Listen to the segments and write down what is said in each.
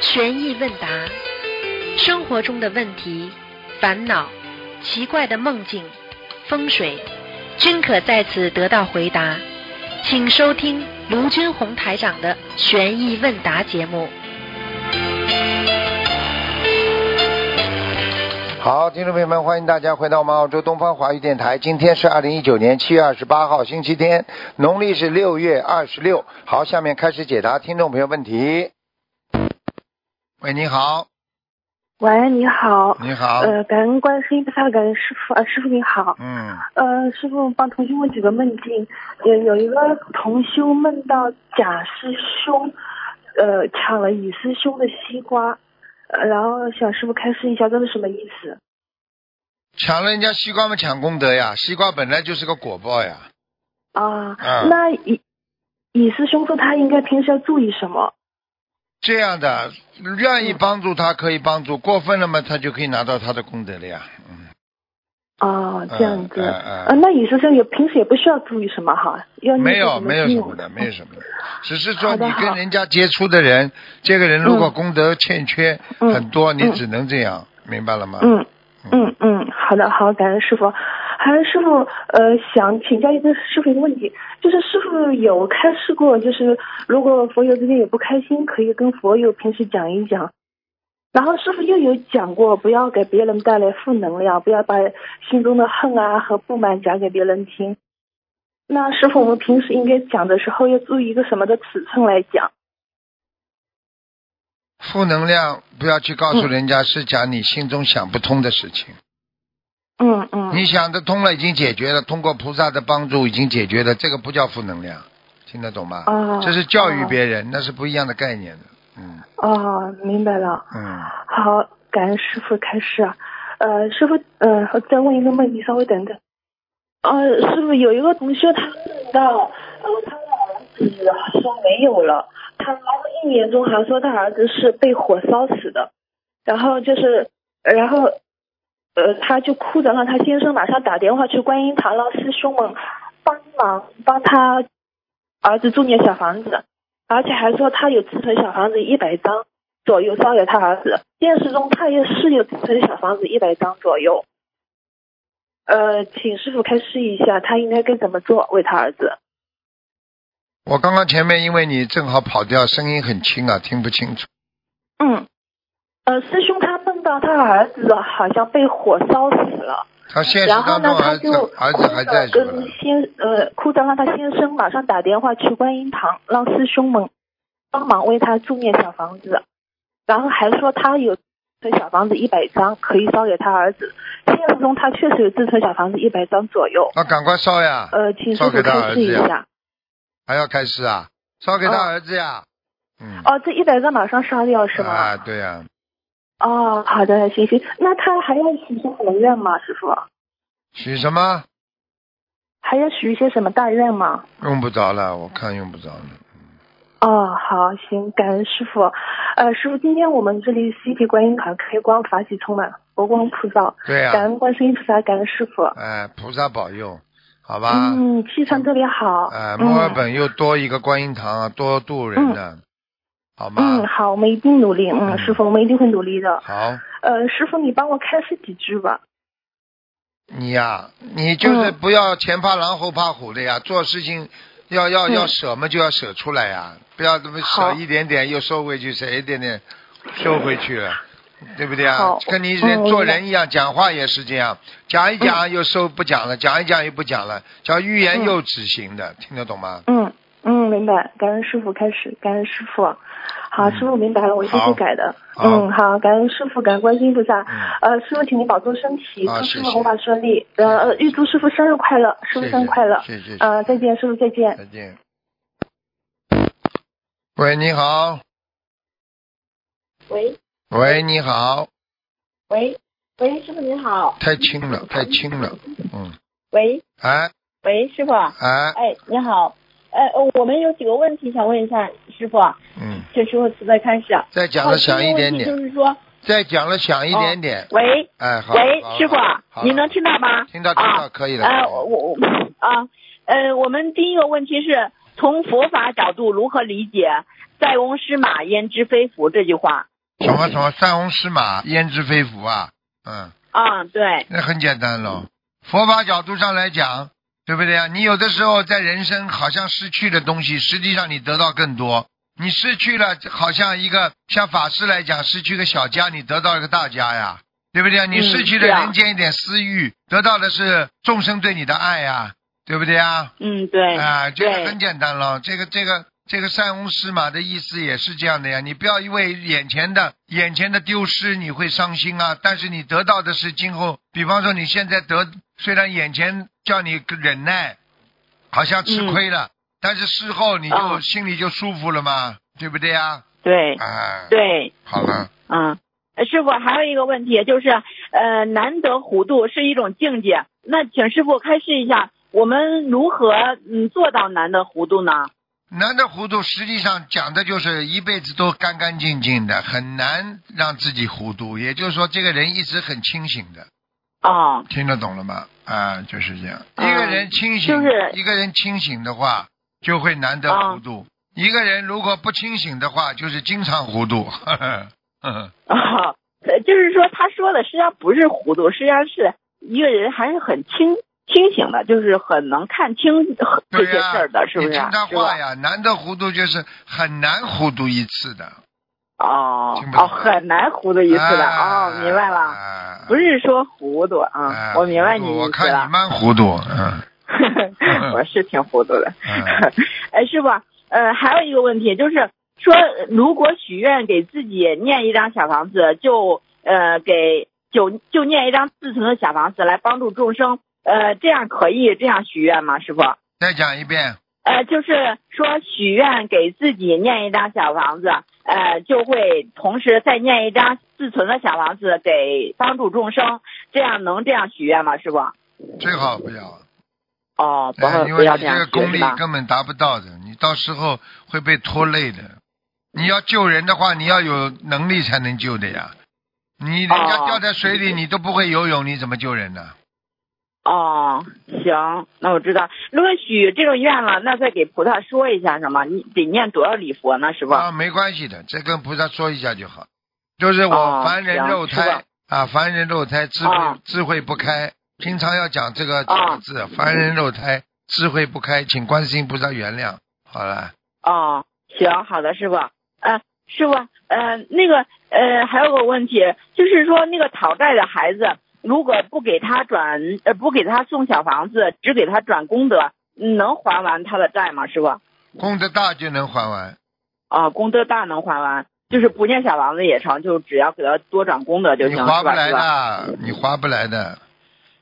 悬疑问答，生活中的问题、烦恼、奇怪的梦境、风水，均可在此得到回答。请收听卢军红台长的悬疑问答节目。好，听众朋友们，欢迎大家回到我们澳洲东方华语电台。今天是二零一九年七月二十八号，星期天，农历是六月二十六。好，下面开始解答听众朋友问题。喂，你好，喂，你好。你好，呃，感恩观世音菩萨，感恩师傅，呃，师傅你好。嗯，呃，师傅帮同修问几个梦境，有有一个同修梦到甲师兄，呃，抢了乙师兄的西瓜，呃，然后想师傅开示一下这是什么意思？抢了人家西瓜嘛，抢功德呀，西瓜本来就是个果报呀。啊，嗯那乙乙师兄说他应该平时要注意什么？这样的，愿意帮助他可以帮助，过分了嘛，他就可以拿到他的功德了呀。嗯，啊，这样子。嗯嗯嗯呃，那乙师兄也平时也不需要注意什么哈，要念没有，什么没有经什么的，没有什么的，只是说嗯哦好的你跟好人家接触的人，这个人如果功德欠缺嗯很多，你嗯只能这样，明白了吗？嗯嗯嗯，好的好，感恩师傅。还有师傅，呃，想请教一个师傅一个问题，就是师傅有开示过，就是如果佛友之间有不开心，可以跟佛友平时讲一讲。然后师傅又有讲过，不要给别人带来负能量，不要把心中的恨啊和不满讲给别人听。那师傅，我们平时应该讲的时候要注意一个什么的尺寸来讲？负能量不要去告诉嗯人家，是讲你心中想不通的事情。嗯嗯。你想得通了，已经解决了，通过菩萨的帮助已经解决了，这个不叫负能量，听得懂吗？哦这是教育哦别人，那是不一样的概念的。嗯哦，明白了。嗯，好，感恩师傅开始啊。呃，师傅，呃，我再问一个问题，稍微等等。呃，师傅有一个同学他问到，呃，他的儿子好像没有了，他然后一年中还说他儿子是被火烧死的，然后就是，然后，呃，他就哭着让他先生马上打电话去观音堂让师兄们帮忙帮他儿子住间小房子，而且还说他有自存小房子一百张。左右烧给他儿子。现实中，他也是有自存小房子一百张左右。呃，请师傅开示一下，他应该该怎么做为他儿子？我刚刚前面因为你正好跑掉，声音很轻啊，听不清楚。嗯，呃，师兄他梦到他儿子好像被火烧死了，他现实然后当呢中，他儿子就儿子还在哭是着不跟是？先呃哭着让他先生马上打电话去观音堂，让师兄们帮忙为他助念小房子，然后还说他有自存小房子一百张可以烧给他儿子。现实中他确实有自存小房子一百张左右。那啊赶快烧呀！呃，请师烧给傅他开儿示子一呀下。还要开始啊？烧给他哦儿子呀？嗯，哦，这一百个马上烧掉是吗？啊，对呀、哦，好的，行行。那他还要许一些什么愿吗，师傅？许什么？还要许一些什么大愿吗？用不着了，我看用不着了。哦，好，行，感恩师傅。呃，师傅，今天我们这里 CT 观音堂开光，法喜充满，佛光普照，对呀、感恩观世音菩萨，感恩师傅。哎，菩萨保佑，好吧？嗯，气场特别好。哎，嗯墨尔本又多一个观音堂啊，多度人呢，好吗嗯，？好，我们一定努力。嗯，嗯师傅，我们一定会努力的。好，呃，师傅，你帮我开示几句吧。你呀、你就是嗯不要前怕狼后怕虎的呀，做事情要要嗯要舍嘛，就要舍出来呀，不要这么好舍一点点又收回去，舍一点点收回去了。对不对啊好？跟你人嗯做我明白人一样，讲话也是这样，讲一讲又收不讲了，讲一讲又不讲了，叫欲言嗯又止型的，听得懂吗？嗯嗯，明白。感恩师傅开始，感恩师傅。好，嗯师傅明白了，我一定好会改的。好嗯嗯，好，感恩师傅，感恩观世音菩萨。呃，师傅，请您保重身体，啊谢祝师谢傅弘法顺利。呃呃，预祝师傅生日快乐，师傅谢谢生日快乐。谢谢。呃，再见，师傅，再见。再见。喂，你好。喂喂，你好。喂喂，师傅您好，太轻了，太轻了。嗯，喂哎喂，师傅，哎，哎，你好，呃，呃我们有几个问题想问一下师傅，嗯，请师傅慈悲开始。再讲了响一点好点，第个问题就是说，再讲了响一点点。喂哎，好。哦喂好，了师傅好了好，了您能听到吗？听到听到啊可以了。呃，我我啊，呃，我们第一个问题是从佛法角度如何理解“塞翁失马焉知非福”这句话？什么什么塞翁失马焉知非福啊，嗯，啊，对，那很简单喽。佛法角度上来讲，对不对啊？你有的时候在人生好像失去了东西，实际上你得到更多。你失去了，好像一个像法师来讲，失去个小家，你得到一个大家呀，对不对啊？你失去了是啊人间一点私欲，得到的是众生对你的爱呀，对不对啊？嗯，对，啊，这个对很简单了，这个这个这个塞翁失马的意思也是这样的呀。你不要因为眼前的眼前的丢失你会伤心啊，但是你得到的是今后，比方说你现在得，虽然眼前叫你忍耐，好像吃亏了，但是事后你就、嗯哦心里就舒服了嘛，对不对呀？对，啊，，对，好了，嗯，呃师傅还有一个问题就是，呃，难得糊涂是一种境界，那请师傅开示一下，我们如何嗯做到难得糊涂呢？难得糊涂实际上讲的就是一辈子都干干净净的，很难让自己糊涂，也就是说这个人一直很清醒的。啊，听得懂了吗？啊，就是这样。嗯一个人清醒，就是嗯一个人清醒的话，就会难得糊涂。一个人如果不清醒的话，就是经常糊涂。 呵呵嗯啊，呃，就是说他说的实际上不是糊涂，实际上是一个人还是很清清醒的，就是很能看清呃这对些呀、事儿的，是不你是听啊？他是话吧？呀，难得糊涂就是很难糊涂一次的，哦听不懂哦，很难糊涂一次的、啊、哦，明白了，啊、不是说糊涂啊，啊我明白你糊涂我意思看了你。蛮糊涂，嗯 我是挺糊涂的。嗯，哎，师傅，呃，还有一个问题就是说，如果许愿给自己念一张小房子，就呃给就就念一张自存的小房子来帮助众生，呃，这样可以这样许愿吗？师傅？再讲一遍，呃，就是说许愿给自己念一张小房子，呃，就会同时再念一张自存的小房子给帮助众生，这样能这样许愿吗？师傅？最好不要。哦，不哎会，因不为要你这这个样功许力是吧？根本达不到的，你到时候会被拖累的。嗯你要救人的话，你要有能力才能救的呀。你人家哦掉在水里，你都不会游泳，你怎么救人呢？哦，行，那我知道。如果许这种愿了，那再给菩萨说一下什么？你得念多少礼佛呢？师傅？啊，没关系的，这跟菩萨说一下就好。就是我哦凡人行肉是吧胎啊，凡人肉胎，智慧哦智慧不开。经常要讲这个几个哦字，凡人肉胎，智慧不开，请观世音菩萨原谅。好了，哦，行，好的，师傅。呃，师傅，呃，那个，呃，还有个问题，就是说那个讨债的孩子，如果不给他转，呃，不给他送小房子，只给他转功德，嗯能还完他的债吗？师傅？功德大就能还完。啊，功德大能还完，就是不念小房子也成，就只要给他多转功德就你行，划是不吧？来是吧？的，你划不来的。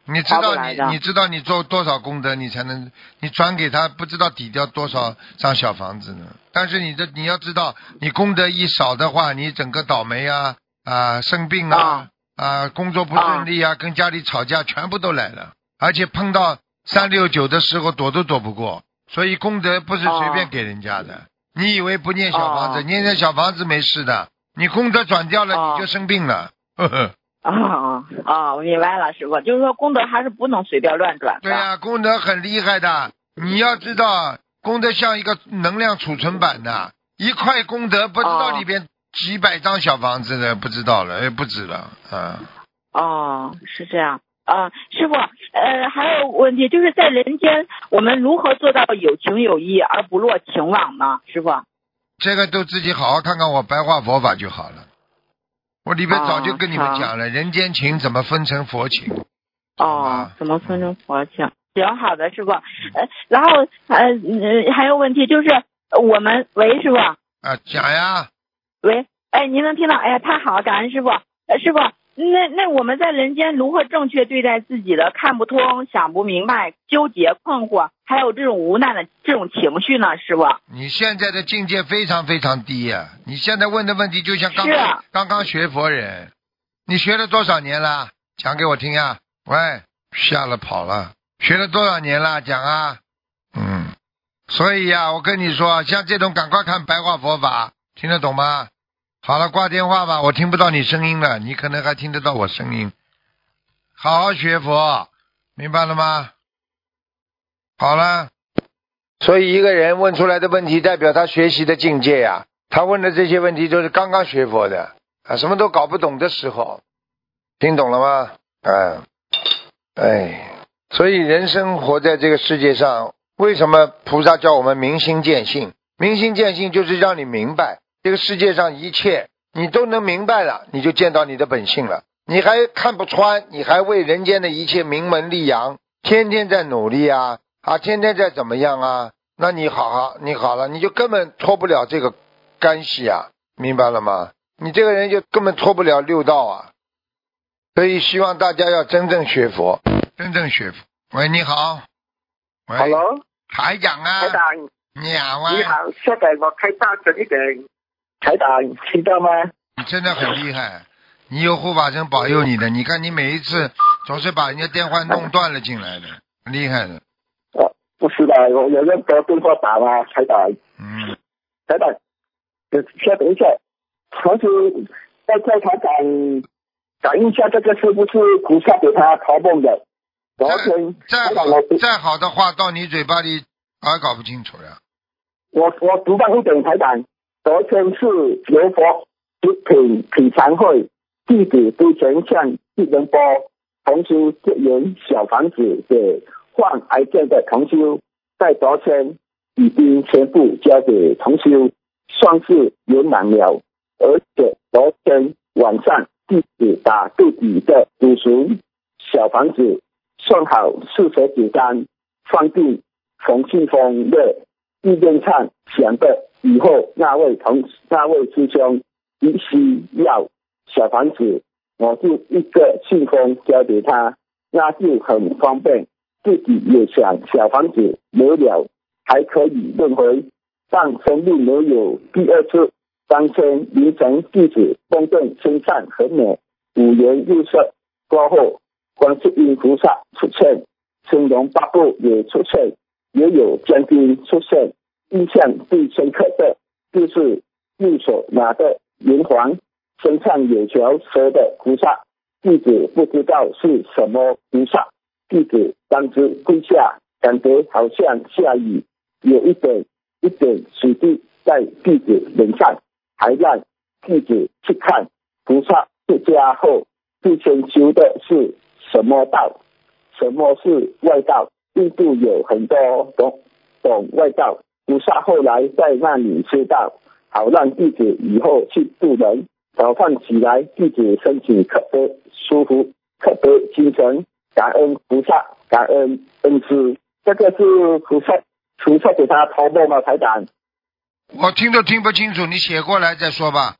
你知划道不来你的你知道你做多少功德，你才能你转给他，不知道抵掉多少张小房子呢？但是你这你要知道，你功德一少的话，你整个倒霉啊啊生病啊啊工作不顺利啊，跟家里吵架全部都来了，而且碰到三六九的时候躲都躲不过，所以功德不是随便哦给人家的。你以为不念小房子，哦念念小房子没事的，你功德转掉了，哦你就生病了。 呵呵。啊啊，我明白了，师傅，就是说功德还是不能随便乱转的。对呀、功德很厉害的。你要知道，功德像一个能量储存板的，一块功德不知道哦里边几百张小房子的，不知道了，哎，不止了，啊，哦，是这样。啊、师傅，呃，还有问题就是在人间，我们如何做到有情有义而不落情网呢？师傅，哦这个都自己好好看看我白话佛法就好了。我里边早就跟你们讲了，人间情怎么分成佛情，哦，嗯怎么分成佛性？行，好的，师傅。呃，然后呃呃，还有问题就是呃我们喂，师傅，啊，讲呀，喂，哎，您能听到？哎呀，太好了，感恩师傅。呃，师傅，那那我们在人间如何正确对待自己的看不通、想不明白、纠结、困惑，还有这种无奈的这种情绪呢？师傅，你现在的境界非常非常低呀、你现在问的问题就像刚是啊刚刚学佛人，你学了多少年了？讲给我听呀！喂，吓了跑了，学了多少年了？讲啊！嗯，所以呀、我跟你说，像这种赶快看白话佛法，听得懂吗？好了，挂电话吧，我听不到你声音了，你可能还听得到我声音。好好学佛，明白了吗？好了。所以一个人问出来的问题，代表他学习的境界呀、他问的这些问题都是刚刚学佛的，啊，什么都搞不懂的时候，听懂了吗？啊，哎，所以人生活在这个世界上，为什么菩萨叫我们明心见性？明心见性就是让你明白这个世界上一切，你都能明白了，你就见到你的本性了。你还看不穿，你还为人间的一切名门利养，天天在努力啊啊，天天在怎么样啊？那你好好，你好了，你就根本脱不了这个干系啊，明白了吗？你这个人就根本脱不了六道啊。所以希望大家要真正学佛，真正学佛。喂，你好，喂 Hello，台长台啊，长，你好啊，你好，现在我开大声一点。台长，你听到吗？你真的很厉害，你有护法神保佑你的。你看你每一次总是把人家电话弄断了进来的，很厉害的。哦，不是的，我有那么多电话打吗？台长，嗯，台长，呃稍等一下，同时再叫台长感应一下，这个是不是菩萨给他托梦的？昨天再台好长，我再好的话到你嘴巴里啊搞不清楚呀。我我读到一点，台长，昨天是刘佛食品品尝会，地址都全向吉隆坡，同修结缘小房子给患癌症的同修，在昨天已经全部交给同修，算是圆满了。而且昨天晚上弟子打弟子的五十小房子，算好四十几张，放进冯信峰的意见上想的以后那位同那位师兄必须要小房子，我就一个信封交给他，那就很方便。自己也想小房子没了，还可以认回，但生命没有第二次。当天凌晨弟子公正身上很美，五颜六色。过后，观世音菩萨出现，青龙八部也出现，也有将军出现。印象最深刻的就是右手拿的银环，身上有条蛇的菩萨。弟子不知道是什么菩萨，弟子当时跪下，感觉好像下雨，有一点一点水滴在弟子脸上，还让弟子去看菩萨出家后最先修的是什么道，什么是外道。印度有很多懂懂外道，菩萨后来在那里修道，好让弟子以后去度人。早饭起来，弟子身体特别舒服，特别精神，感恩菩萨，感恩恩师。这个是菩萨，菩萨给他托梦吗？台长？我听都听不清楚，你写过来再说吧。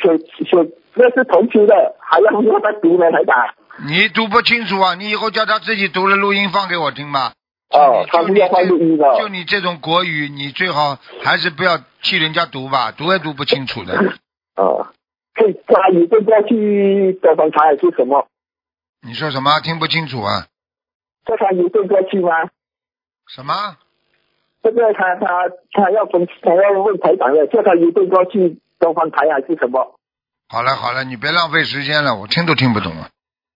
所所那是同修的，还要让他读呢，台长。你读不清楚啊，你以后叫他自己读了录音放给我听吧。哦，他就不你要放录音这，就了。你这种国语，你最好还是不要替人家读吧，读也读不清楚的。哦，可以抓一个过去东方台还是什么？你说什么？听不清楚啊？这他一个过去吗？什么？这个他他他要分，他要问台长的，这他一定要去东方台还是什么？好了好了，你别浪费时间了，我听都听不懂啊。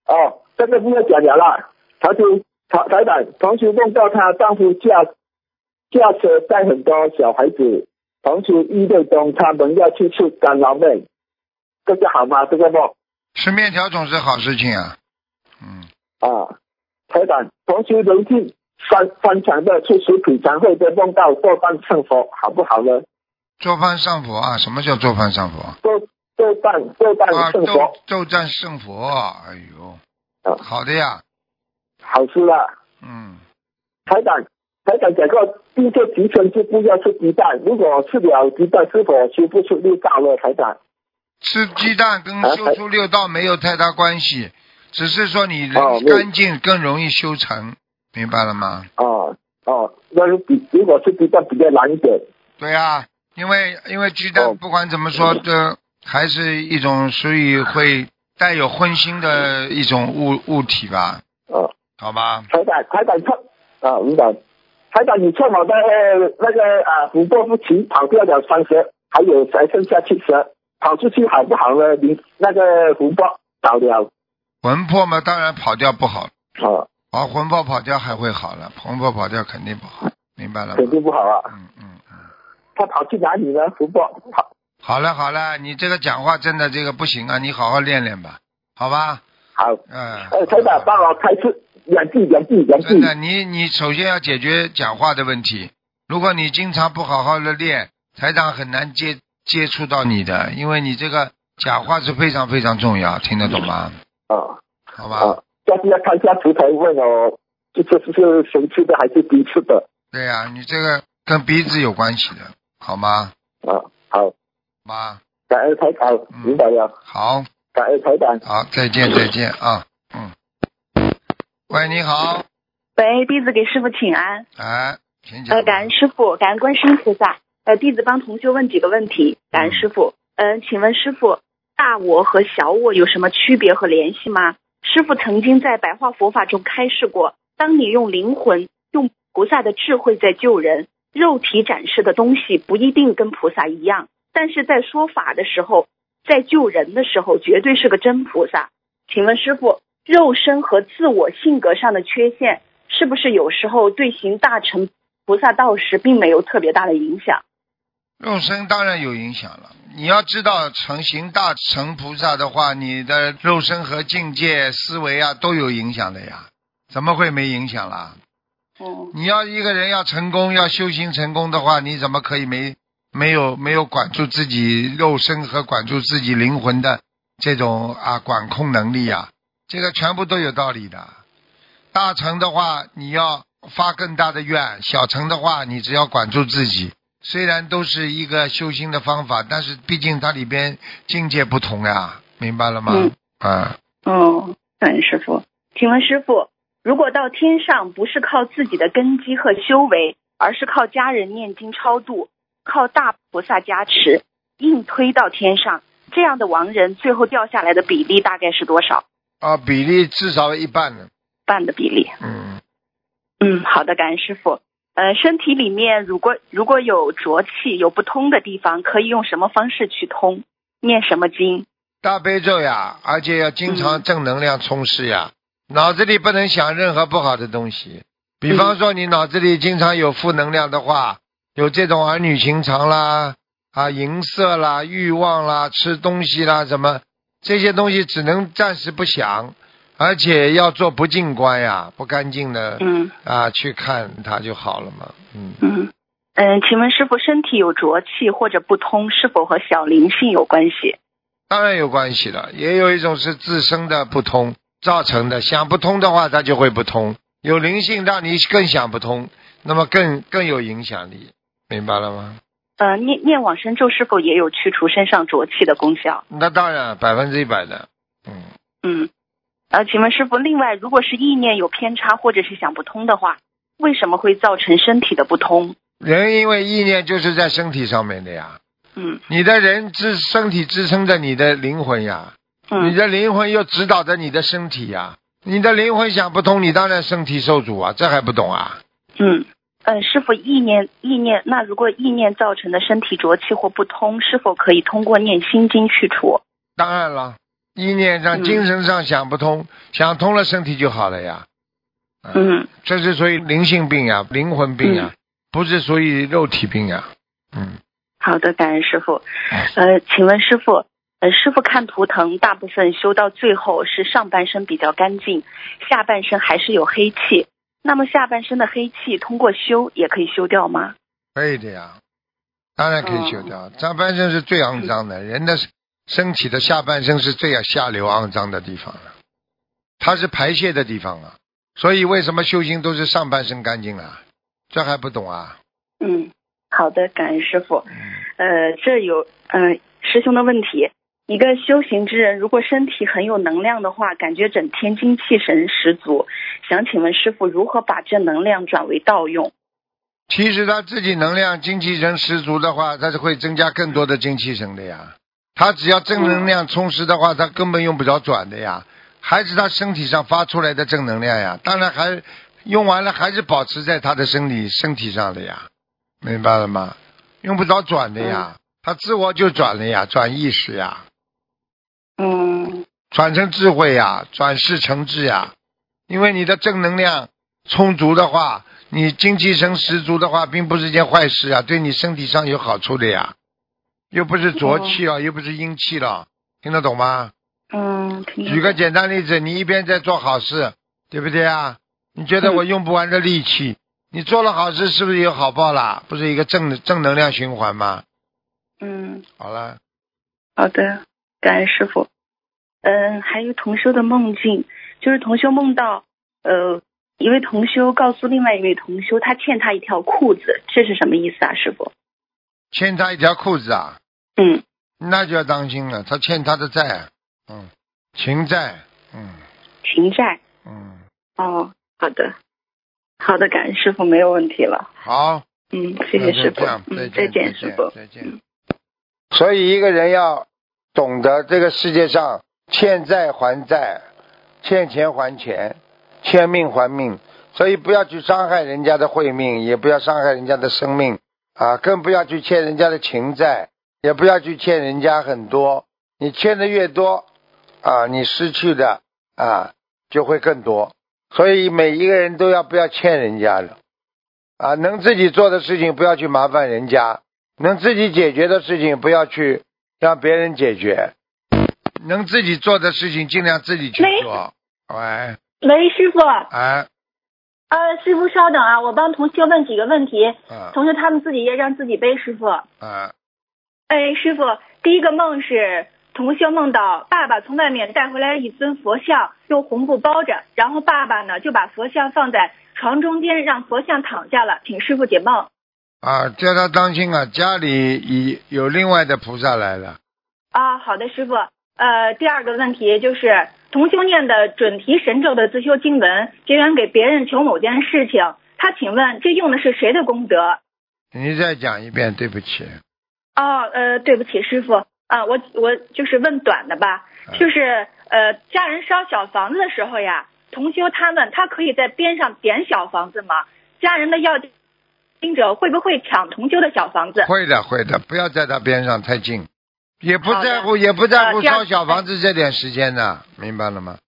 哦，这个不要讲了啦。他就台台长同时梦到她丈夫驾驾车带很多小孩子，同时一月中他们要去吃干捞面，这个好吗？这个梦吃面条总是好事情啊。嗯，啊，台长同时临近三三场的出席品尝会的梦到做饭成佛，好不好呢？做饭上佛啊？什么叫做饭上佛？做做饭做饭啊，成佛斗，斗战胜佛，哎呦，啊好的呀，好吃啦。嗯，台长，台长讲过，第一个提成就不要吃鸡蛋。如果吃了鸡蛋，是否修不出六道了？台长，吃鸡蛋跟啊修出六道没有太大关系，只是说你人哦没有干净更容易修成，明白了吗？哦哦，那是比如果吃鸡蛋比较难一点。对啊，因为因为鸡蛋哦不管怎么说，这还是一种属于会带有荤腥的一种物物体吧，哦，好吧？台长，台长看啊，明白。台长，你看我的那个啊，不过不齐跑掉了三十，还有才剩下七十，跑出去好不好呢？你那个胡波倒了，魂魄嘛，当然跑掉不好，哦，啊，魂魄跑掉还会好了，魂魄跑掉肯定不好，明白了吗肯？定不好啊。嗯嗯嗯，他跑去哪里呢？胡波跑好了好了，你这个讲话真的这个不行啊，你好好练练吧，好吧？好，嗯。呃，台长帮我开始两句两句两句真，的，你你首先要解决讲话的问题。如果你经常不好好的练，台长很难接接触到你的，因为你这个讲话是非常非常重要，听得懂吗？啊好吧，啊，下次要看一下图腾，问我这这是是谁吃的还是谁吃的对呀、你这个跟鼻子有关系的，好吗？啊？好，妈，感恩台长，嗯明白了，好，感恩台长。好，再见，再见啊，嗯。喂，你好，喂，弟子给师傅请安。哎，请讲。呃，感恩师傅，感恩观世音菩萨。呃，弟子帮同修问几个问题，感恩师傅。嗯、请问师傅，大我和小我有什么区别和联系吗？师傅曾经在白话佛法中开示过，当你用灵魂、用菩萨的智慧在救人，肉体展示的东西不一定跟菩萨一样，但是在说法的时候，在救人的时候，绝对是个真菩萨。请问师傅，肉身和自我性格上的缺陷，是不是有时候对行大乘菩萨道时并没有特别大的影响？肉身当然有影响了。你要知道，成行大乘菩萨的话，你的肉身和境界、思维啊都有影响的呀，怎么会没影响啦？嗯你要一个人要成功，要修行成功的话，你怎么可以没没有没有管住自己肉身和管住自己灵魂的这种啊管控能力啊？这个全部都有道理的。大乘的话，你要发更大的愿；小乘的话，你只要管住自己。虽然都是一个修心的方法，但是毕竟它里边境界不同呀、明白了吗？嗯啊，嗯，感恩师傅。请问师傅，如果到天上不是靠自己的根基和修为，而是靠家人念经超度，靠大菩萨加持，硬推到天上，这样的亡人最后掉下来的比例大概是多少？啊，比例至少一半呢。半的比例？嗯，嗯，好的，感恩师傅。呃，身体里面如果如果有浊气、有不通的地方，可以用什么方式去通？念什么经？大悲咒呀，而且要经常正能量充实呀，脑子里不能想任何不好的东西。比方说，你脑子里经常有负能量的话，有这种儿女情长啦、啊淫色啦、欲望啦、吃东西啦什么这些东西，只能暂时不想，而且要做不净观呀，不干净的嗯啊去看它就好了嘛。嗯，嗯嗯，请问师傅，身体有浊气或者不通，是否和小灵性有关系？当然有关系了，也有一种是自身的不通造成的，想不通的话，它就会不通。有灵性让你更想不通，那么更更有影响力，明白了吗？呃，念念往生咒是否也有去除身上浊气的功效？那当然，百分之一百的，嗯，嗯，呃，请问师傅，另外，如果是意念有偏差或者是想不通的话，为什么会造成身体的不通？人因为意念就是在身体上面的呀，嗯你的人支身体支撑着你的灵魂呀，你嗯的灵魂又指导着你的身体呀，你的灵魂想不通，你当然身体受阻啊，这还不懂啊？嗯，呃，师傅，意念意念，那如果意念造成的身体浊气或不通，是否可以通过念心经去除？当然了，意念上、嗯精神上想不通，想通了身体就好了呀。嗯，嗯这是属于灵性病呀、灵魂病呀、不是属于肉体病呀、嗯，好的，感恩师傅。呃，请问师傅，呃，师傅看图腾，大部分修到最后是上半身比较干净，下半身还是有黑气。那么下半身的黑气通过修也可以修掉吗？可以的呀，当然可以修掉。上半身是最肮脏的，人的身体的下半身是最下流肮脏的地方了，它是排泄的地方啊。所以为什么修行都是上半身干净啊？这还不懂啊？嗯，好的，感恩师傅。嗯呃，这有呃师兄的问题。一个修行之人，如果身体很有能量的话，感觉整天精气神十足。想请问师傅，如何把这能量转为道用？其实他自己能量精气神十足的话，他是会增加更多的精气神的呀。他只要正能量充实的话，他根本用不着转的呀，还是他身体上发出来的正能量呀。当然还用完了还是保持在他的身体身体上的呀，明白了吗？用不着转的呀，他自我就转了呀，转意识呀，嗯转成智慧呀，转世成智呀。因为你的正能量充足的话，你精气神十足的话，并不是件坏事啊，对你身体上有好处的呀。又不是浊气了，又不是阴气了，听得懂吗？嗯，听举个简单例子，你一边在做好事，对不对啊？你觉得我用不完的力气，你做了好事是不是有好报啦？不是一个正正能量循环吗？嗯，好了，好的，感恩师傅。嗯，还有同修的梦境，就是同修梦到，呃，一位同修告诉另外一位同修，他欠他一条裤子，这是什么意思啊，师傅？欠他一条裤子啊，嗯，那就要当心了，他欠他的债啊，嗯，情债，嗯情债。嗯，哦，好的，好的，感恩师傅没有问题了。好，嗯，谢谢那就师傅这样。嗯，再见，师傅。再见嗯。所以一个人要懂得这个世界上欠债还债，欠钱还钱，欠命还命。所以不要去伤害人家的慧命，也不要伤害人家的生命啊，更不要去欠人家的情债，也不要去欠人家很多。你欠的越多啊，你失去的啊就会更多。所以每一个人都要不要欠人家的啊，能自己做的事情不要去麻烦人家。能自己解决的事情不要去让别人解决，能自己做的事情尽量自己去做。喂，喂，师傅，哎，呃，师傅稍等啊，我帮同学问几个问题，嗯同学他们自己也让自己背。师傅，嗯哎，师傅，第一个梦是同学梦到爸爸从外面带回来一尊佛像，用红布包着，然后爸爸呢就把佛像放在床中间，让佛像躺下了，请师傅解梦。啊，叫他当心啊，家里已有另外的菩萨来了。啊，好的，师傅。呃，第二个问题就是同修念的准提神咒的自修经文，结缘给别人求某件事情，他请问这用的是谁的功德？你再讲一遍，对不起。哦，呃，对不起，师傅啊，我我就是问短的吧嗯，就是呃，家人烧小房子的时候呀，同修他们他可以在边上点小房子吗？家人的要经者会不会抢同修的小房 子？会的，会的，不要在他边上太近，也不好的在乎，也不在乎呃第二烧小房子这点时间呢，明白了吗？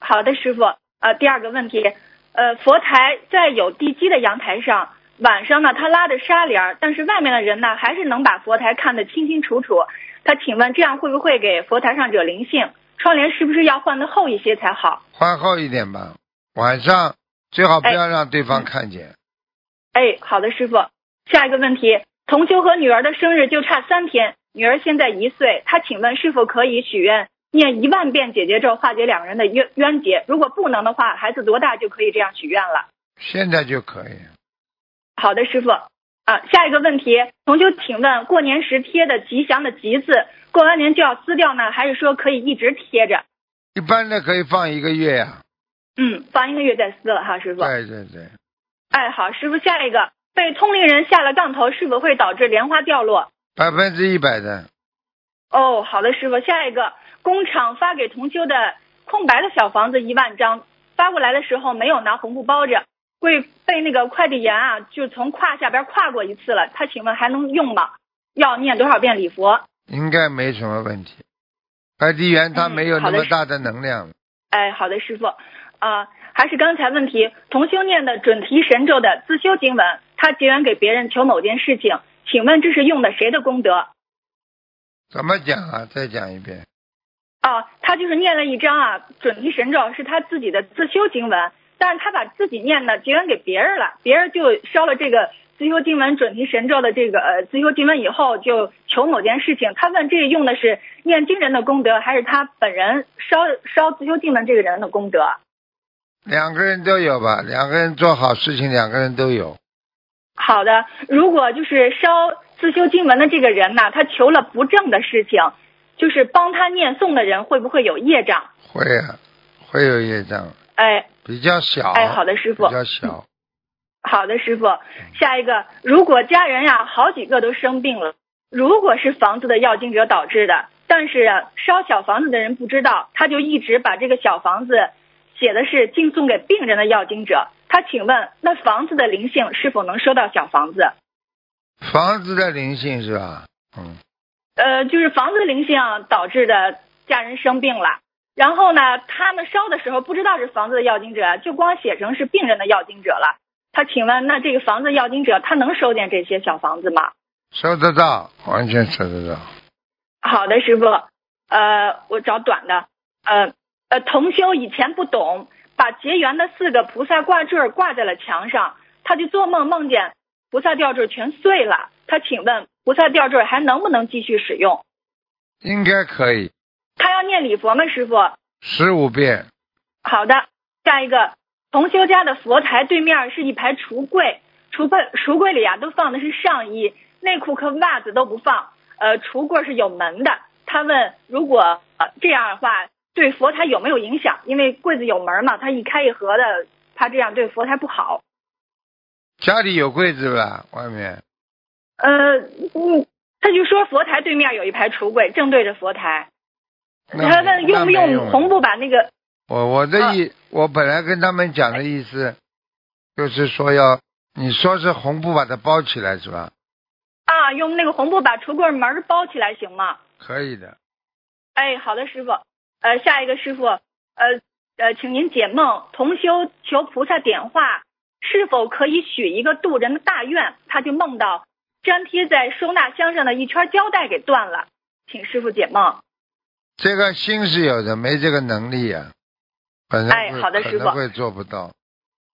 好的，师傅。呃，第二个问题，呃，佛台在有地基的阳台上，晚上呢，他拉着纱帘儿，但是外面的人呢，还是能把佛台看得清清楚楚。他请问这样会不会给佛台上惹灵性？窗帘是不是要换的厚一些才好？宽厚一点吧，晚上最好不哎要让对方看见。哎，好的，师傅。下一个问题，同修和女儿的生日就差三天，女儿现在一岁，她请问是否可以许愿念一万遍姐姐咒化解两人的冤冤结？如果不能的话，孩子多大就可以这样许愿了？现在就可以。好的，师傅。啊，下一个问题，同修，请问过年时贴的吉祥的吉字，过完年就要撕掉呢，还是说可以一直贴着？一般的可以放一个月呀、嗯，放一个月再撕了哈，师傅。对对对，哎，好，师傅，下一个，被通灵人下了杠头，是否会导致莲花掉落？百分之一百的，哦，好的，师傅，下一个，工厂发给同修的空白的小房子一万张，发过来的时候没有拿红布包着，会被那个快递员啊，就从胯下边跨过一次了。他请问还能用吗？要念多少遍礼佛？应该没什么问题。快递员他嗯没有那好的么大的能量，哎，好的，师傅。啊、还是刚才问题，同修念的准提神咒的自修经文，他结缘给别人求某件事情，请问这是用的谁的功德？怎么讲啊？再讲一遍。哦，他就是念了一张啊准提神咒，是他自己的自修经文，但是他把自己念的结缘给别人了，别人就烧了这个自修经文准提神咒的这个呃自修经文以后，就求某件事情。他问这用的是念经人的功德，还是他本人烧烧自修经文这个人的功德？两个人都有吧，两个人做好事情，两个人都有。好的，如果就是烧自修经文的这个人呐、他求了不正的事情，就是帮他念诵的人会不会有业障？会啊，会有业障，哎比较小。哎，好的，师傅啊比，较小，好的，师傅。下一个，如果家人呀、好几个都生病了，如果是房子的要经者导致的，但是啊烧小房子的人不知道，他就一直把这个小房子写的是敬送给病人的要经者。他请问，那房子的灵性是否能收到小房子？房子的灵性是吧？嗯，呃，就是房子灵性导致的家人生病了。然后呢，他们烧的时候不知道是房子的要经者，就光写成是病人的要经者了。他请问，那这个房子要经者他能收见这些小房子吗？收得到，完全收得到。好的，师傅，呃，我找短的，呃呃，同修以前不懂，把结缘的四个菩萨挂坠儿挂在了墙上，他就做梦梦见菩萨吊坠儿全碎了，他请问菩萨吊坠儿还能不能继续使用？应该可以，他要念礼佛吗，师傅？十五遍，好的，下一个，同修家的佛台对面是一排橱柜，橱柜橱柜里啊都放的是上衣、内裤和袜子都不放，呃，橱柜是有门的。他问，如果、呃、这样的话，对佛台有没有影响？因为柜子有门嘛，它一开一合的，怕这样对佛台不好。家里有柜子吧？外 面呃，嗯，他就说佛台对面有一排橱柜，正对着佛台。那他问用那不没用用啊红布把那个我我的意，我本来跟他们讲的意思，就是说要你说是红布把它包起来是吧？啊，用那个红布把橱柜门儿包起来行吗？可以的，哎，好的，师傅。呃，下一个师傅，呃呃，请您解梦，同修求菩萨点化，是否可以许一个渡人的大愿？他就梦到粘贴在收纳箱上的一圈胶带给断了，请师傅解梦。这个心是有的，没这个能力呀、本来哎会好的可师能傅会做不到。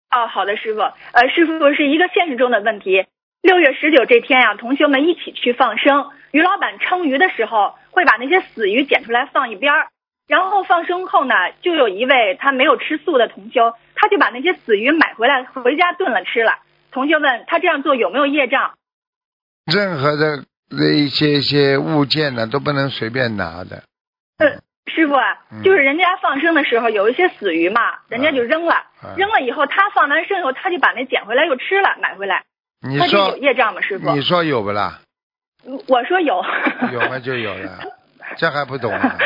哦，好的，师傅。呃，师傅是一个现实中的问题。六月十九这天呀、同学们一起去放生，于老板称鱼的时候，会把那些死鱼捡出来放一边儿。然后放生后呢，就有一位他没有吃素的同修，他就把那些死鱼买回来回家炖了吃了。同学问他这样做有没有业障？任何的那一些一些物件呢，都不能随便拿的。师傅啊嗯，就是人家放生的时候有一些死鱼嘛，人家就扔了，啊、扔了以后他放完生以后，他就把那捡回来又吃了，买回来，你他这有说业障吗？师傅，你说有不啦？我说有，有嘛就有 了，这还不懂啊？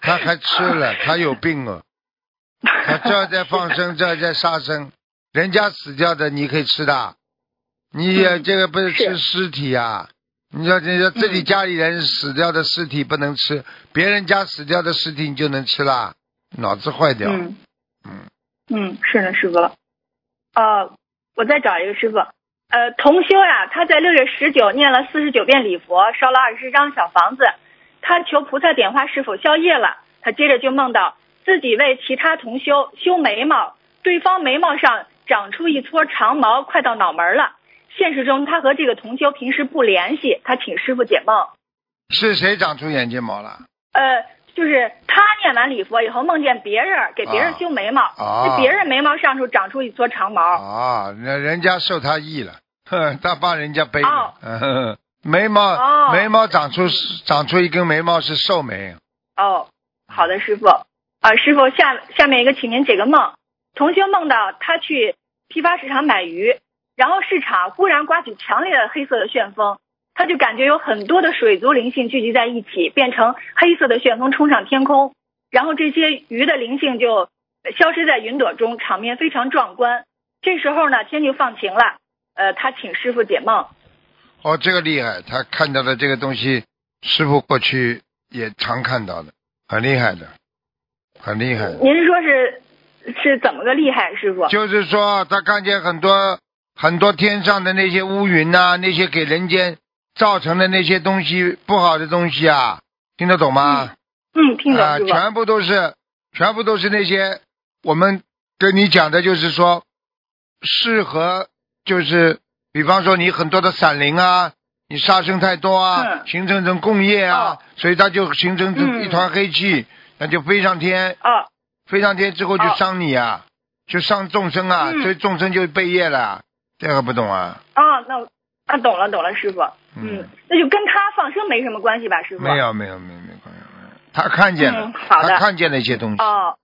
他还吃了，他有病哦。他这在放生，这在杀生，人家死掉的你可以吃的，你嗯也这个不是吃尸体呀、你说你说自嗯己家里人死掉的尸体不能吃，别人家死掉的尸体你就能吃啦？脑子坏掉，嗯嗯嗯，是的，师傅了。呃，我再找一个师傅。呃，同修呀、他在六月十九念了四十九遍礼佛，烧了二十张小房子。他求菩萨点化是否消业了。他接着就梦到自己为其他同修修眉毛，对方眉毛上长出一撮长毛，快到脑门了。现实中，他和这个同修平时不联系，他请师傅解梦。是谁长出眼睫毛了？呃，就是他念完礼佛以后，梦见别人给别人修眉毛，啊那别人眉毛上处长出一撮长毛。啊，那人家受他益了， 哼，他帮人家背哦了。呵呵 眉毛、哦眉毛长出长出一根眉毛是寿眉，哦，好的，师傅。啊，师傅，下下面一个，请您解个梦。同学梦到他去批发市场买鱼，然后市场忽然刮起强烈的黑色的旋风，他就感觉有很多的水族灵性聚集在一起，变成黑色的旋风冲上天空，然后这些鱼的灵性就消失在云朵中，场面非常壮观。这时候呢，天就放晴了。呃，他请师傅解梦。哦，这个厉害，他看到的这个东西，师傅过去也常看到的，很厉害的，很厉害的。您说是是怎么个厉害，师傅？就是说，他看见很多很多天上的那些乌云呐、那些给人间造成的那些东西不好的东西啊，听得懂吗？嗯，听懂，啊、师傅。全部都是，全部都是那些我们跟你讲的，就是说适合，就是比方说你很多的散灵啊，你杀生太多啊，嗯形成成共业啊，哦所以它就形成出嗯一团黑气，那就飞上天，哦，飞上天之后就哦伤你啊，就伤众生啊，嗯所以众生就背业了，这个不懂啊？哦，那我啊，懂了，懂了，师傅。嗯嗯，那就跟他放生没什么关系吧，师傅。没。有没有没有没有没有，他看见了，嗯好的他看见了一些东西，哦，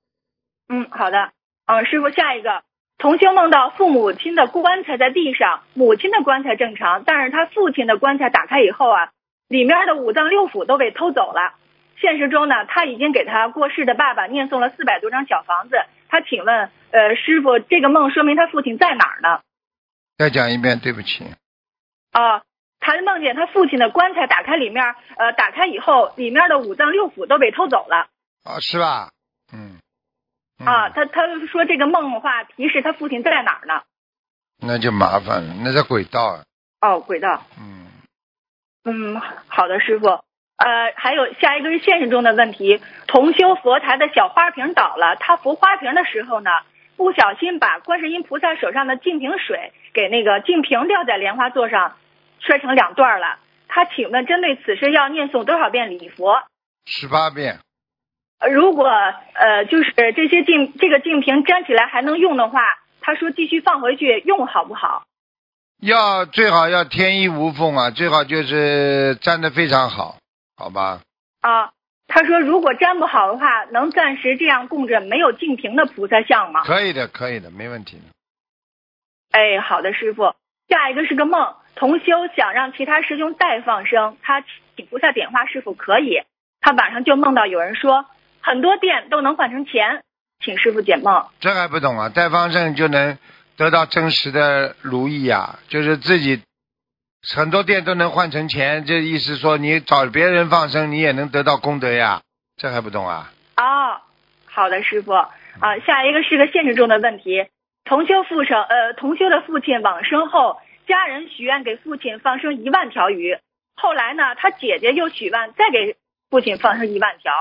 嗯，好的。嗯，师傅，下一个。同修梦到父母亲的棺材在地上，母亲的棺材正常，但是他父亲的棺材打开以后啊，里面的五脏六腑都被偷走了。现实中呢，他已经给他过世的爸爸念诵了四百多张小房子。他请问，呃，师傅，这个梦说明他父亲在哪儿呢？再讲一遍，对不起。啊，他梦见他父亲的棺材打开，里面呃打开以后，里面的五脏六腑都被偷走了啊，是吧？嗯。嗯啊。他他说这个梦的话提示他父亲在哪儿呢？那就麻烦了，那是轨道啊。哦，轨道。嗯，嗯，好的，师傅。呃，还有下一个是现实中的问题，同修佛台的小花瓶倒了，他扶花瓶的时候呢，不小心把观世音菩萨手上的净瓶水给那个净瓶掉在莲花座上，摔成两段了。他请问，针对此事要念诵多少遍礼佛？十八遍，呃如果呃，就是这些净这个净瓶粘起来还能用的话，他说继续放回去用好不好？要最好要天衣无缝啊，最好就是粘的非常好，好吧？啊，他说如果粘不好的话，能暂时这样供着没有净瓶的菩萨像吗？可以的，可以的，没问题的。哎，好的，师傅。下一个是个梦，同修想让其他师兄代放生，他请菩萨点化是否可以？他晚上就梦到有人说很多店都能换成钱，请师傅解梦。这还不懂啊？带方正就能得到真实的如意啊，就是自己很多店都能换成钱，这意思说你找别人放生，你也能得到功德呀，这还不懂啊？哦，好的，师傅。啊，下一个是个现实中的问题。同修父生，呃，同修的父亲往生后，家人许愿给父亲放生一万条鱼。后来呢，他姐姐又许愿再给父亲放生一万条。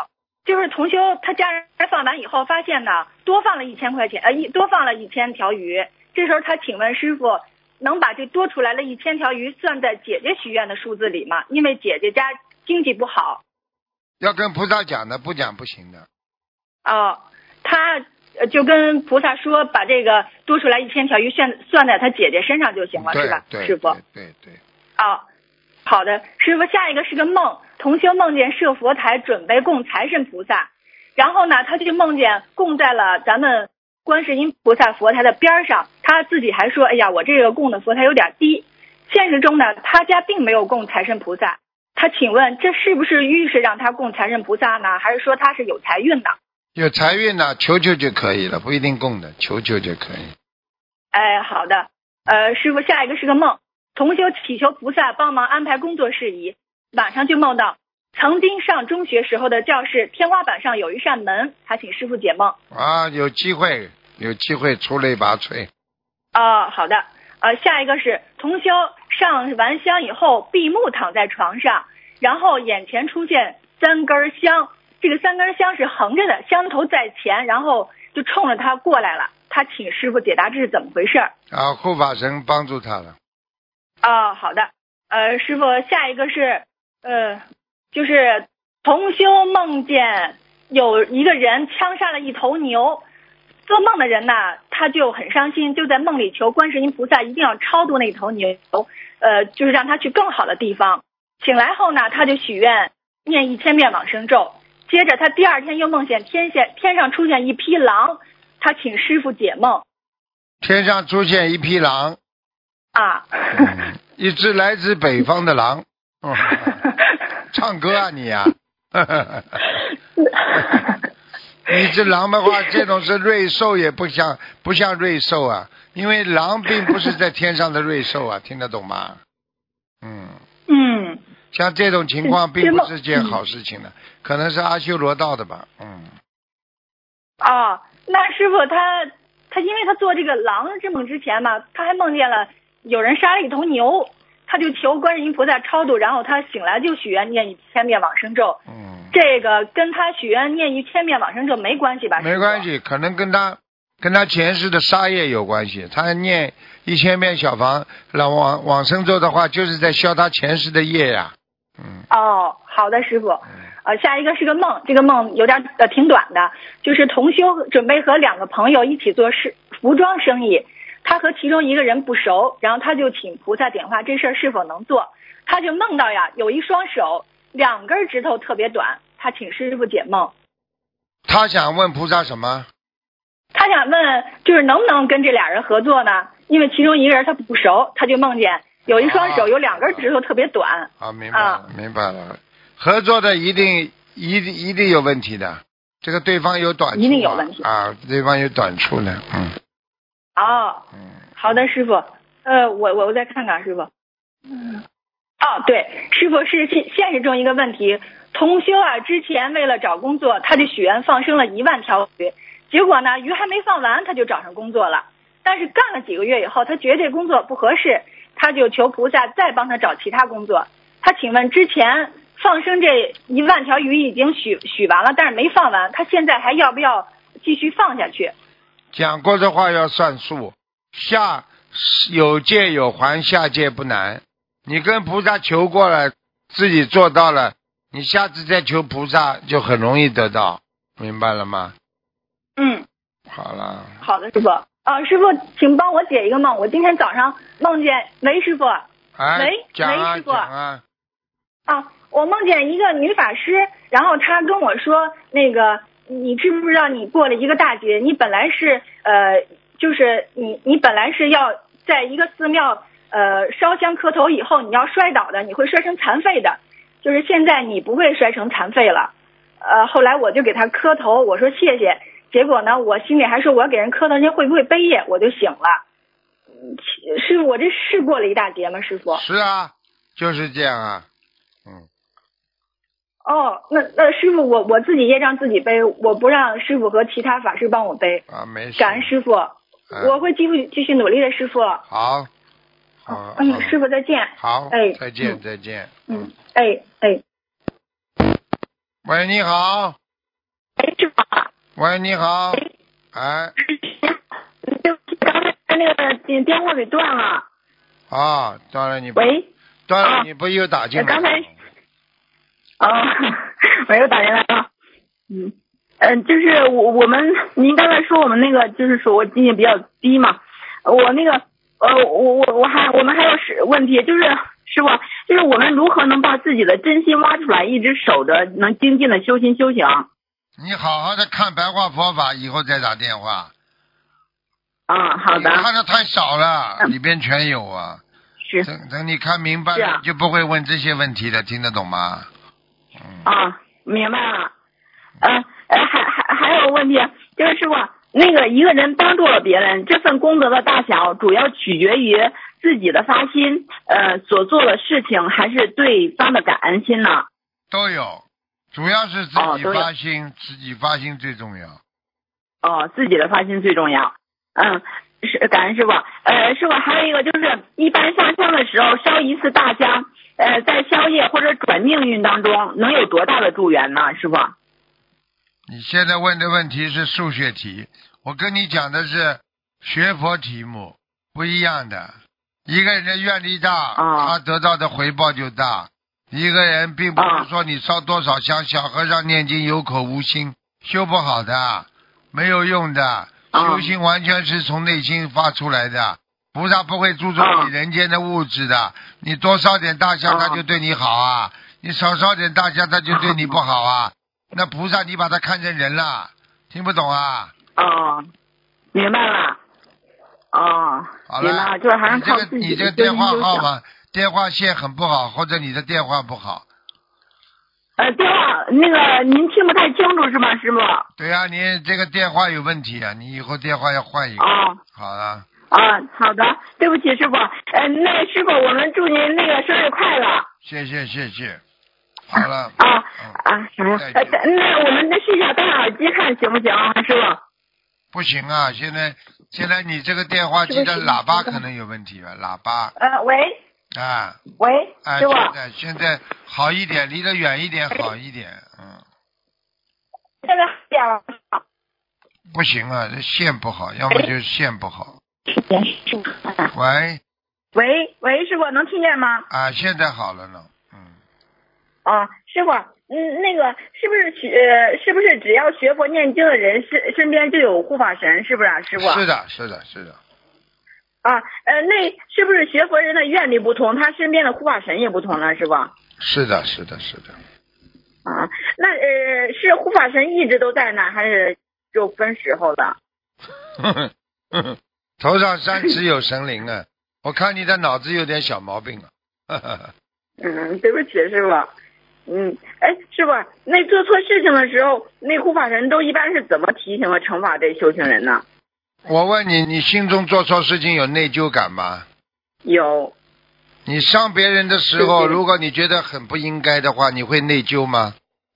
就是同修他家人放完以后，发现呢多放了一千块钱，呃，一多放了一千条鱼。这时候他请问师傅，能把这多出来的一千条鱼算在姐姐许愿的数字里吗？因为姐姐家经济不好，要跟菩萨讲的，不讲不行的。哦，他呃就跟菩萨说，把这个多出来一千条鱼算算在他姐姐身上就行了，对是吧，对师傅？对对对，哦，好的，师傅，下一个是个梦，同修梦见设佛台准备供财神菩萨，然后呢，他就梦见供在了咱们观世音菩萨佛台的边儿上，他自己还说，哎呀，我这个供的佛台有点低。现实中呢，他家并没有供财神菩萨，他请问这是不是预示让他供财神菩萨呢？还是说他是有财运呢？有财运呢、求求就可以了，不一定供的，求求就可以。哎，好的。呃，师傅，下一个是个梦，同修祈求菩萨帮忙安排工作事宜。晚上就梦到曾经上中学时候的教室天花板上有一扇门，还请师傅解梦。啊，有机会，有机会出类拔萃。哦，好的。呃，下一个是同修上完香以后闭目躺在床上，然后眼前出现三根香，这个三根香是横着的，香头在前，然后就冲着他过来了。他请师傅解答这是怎么回事儿。啊，护法神帮助他了。啊，好的。呃，师傅，下一个是呃，就是同修梦见有一个人枪杀了一头牛，做梦的人呐、他就很伤心，就在梦里求观世音菩萨一定要超度那头牛，呃，就是让他去更好的地方。醒来后呢，他就许愿念一千遍往生咒。接着他第二天又梦见天下天上出现一匹狼，他请师傅解梦天上出现一匹狼，啊。嗯一只来自北方的狼。嗯唱歌啊你 呀、啊！你这狼的话，这种是瑞兽，也不像不像瑞兽啊，因为狼并不是在天上的瑞兽 啊，听得懂吗？嗯，嗯。像这种情况这并不这么是件好事情的，可能是阿修罗道的吧，嗯，哦，那师傅他他因为他做这个狼之梦之前嘛，他还梦见了有人杀了一头牛，他就求观世音菩萨超度，然后他醒来就许愿念一千遍往生咒。嗯，这个跟他许愿念一千遍往生咒没关系吧？没关系。系，可能跟他跟他前世的杀业有关系。他念一千遍小房，那往往生咒的话，就是在消他前世的业呀、嗯，哦，好的，师傅。呃，下一个是个梦，这个梦有点呃挺短的，就是同修准备和两个朋友一起做事服装生意，他和其中一个人不熟，然后他就请菩萨点化这事儿是否能做，他就梦到呀有一双手，两根指头特别短，他请师傅解梦，他想问菩萨什么？他想问就是能不能跟这俩人合作呢？因为其中一个人他不熟，他就梦见有一双手有两根指头特别短，啊，明白了，明白了。合作的一定一定一定有问题的，这个对方有短处啊、一定有问题啊，对方有短处的，嗯哦，嗯，好的，师傅。呃，我我我再看看师傅。嗯。哦，对，师傅是现现实中一个问题，同修啊，之前为了找工作，他就许愿放生了一万条鱼，结果呢，鱼还没放完，他就找上工作了。但是干了几个月以后，他觉得这工作不合适，他就求菩萨再帮他找其他工作。他他请问之前放生这一万条鱼已经许许完了，但是没放完，他现在还要不要继续放下去？讲过的话要算数，下有借有还，下借不难。你跟菩萨求过了，自己做到了，你下次再求菩萨就很容易得到，明白了吗？嗯，好了，好的，师傅。啊，师傅，请帮我解一个梦。我今天早上梦见，喂，师傅，哎喂，讲啊喂师傅讲啊，啊，我梦见一个女法师，然后她跟我说，那个你知不知道你过了一个大劫？你本来是呃，就是你你本来是要在一个寺庙呃烧香磕头以后，你要摔倒的，你会摔成残废的。就是现在你不会摔成残废了。呃，后来我就给她磕头，我说谢谢。结果呢，我心里还说我要给人磕头，人家会不会悲业？我就醒了。嗯其师傅，我这是过了一大劫吗？师傅？是啊，就是这样啊，嗯，哦，那那师傅，我我自己业障自己背，我不让师傅和其他法师帮我背。啊，没事，感恩师傅，嗯我会继续继续努力的，师傅。好，好，嗯，好师傅再见。好，哎再见，嗯再见，嗯，哎哎，喂，你好，哎，师傅好，喂，你好，哎，对不起，刚才那个电电话给断了。啊，当然你不，喂，当啊然你不又打进来了，刚才哦， 我又打进来了。嗯，嗯、就是我我们，您刚才说我们那个就是说我境界比较低嘛，我那个呃，我我我还我们还有是问题，就是师傅，就是我们如何能把自己的真心挖出来，一直守着，能精进的修心修行啊？你好好的看白话佛法，以后再打电话。啊好的你，看的太少了，嗯里边全有啊。是等等，你看明白是了啊，你就不会问这些问题了，听得懂吗？啊，明白了。呃呃，还还还有个问题，就是师傅，那个一个人帮助了别人，这份功德的大小主要取决于自己的发心，呃，所做的事情还是对方的感恩心呢？都有，主要是自哦己都有发心，自己发心最重要。哦，自己的发心最重要。嗯，是感恩师傅。呃，师傅还有一个就是，一般上香的时候烧一次大香，呃，在宵夜或者转命运当中能有多大的助缘呢？师傅？你现在问的问题是数学题，我跟你讲的是学佛题目，不一样的。一个人的愿力大，哦他得到的回报就大。一个人并不哦是说你烧多少香，小和尚念经有口无心，修不好的，没有用的。哦修行完全是从内心发出来的，菩萨不会注重哦你人间的物质的。你多烧点大香，哦他就对你好啊；你少烧点大香，他就对你不好 啊。那菩萨，你把他看成人了，听不懂啊？哦，明白了。哦，好明了，白了，就是还是你这靠个自己你这个的修电心话修号行？码电话线很不好，或者你的电话不好。呃，电话那个您听不太清楚是吗，师傅？哦对呀、你这个电话有问题啊，你以后电话要换一个。好了，啊，哦好的，对不起，师傅。呃，那师傅，我们祝您那个生日快乐谢谢谢谢。好了，啊嗯啊！再见呃，那我们再试一下戴耳机看行不行啊，师傅？不行啊，现在现在你这个电话机的喇叭可能有问题吧？喇叭呃，喂啊喂，啊，师傅，现在现在好一点，离得远一点好一点，嗯，现在点了。不行啊，这线不好，要么就是线不好。哎喂喂喂，师傅能听见吗？啊，现在好了呢，嗯，啊，师傅，嗯，那个是不是学是不是只要学佛念经的人身身边就有护法神，是不是啊，师是的，是的，是的，啊，呃，那是不是学佛人的愿力不同，他身边的护法神也不同了，是吧？是的，是的，是的。 啊，那呃，是护法神一直都在那，还是就分时候的？呵呵，头上三尺有神灵啊！我看你的脑子有点小毛病啊。 呵呵呵嗯，对不起，师傅。嗯，哎，师傅，那做错事情的时候，那护法神都一般是怎么提醒和惩罚这修行人呢？我问你，你心中做错事情有内疚感吗？有，你伤别人的时候，如果你觉得很不应该的话，你会内疚吗？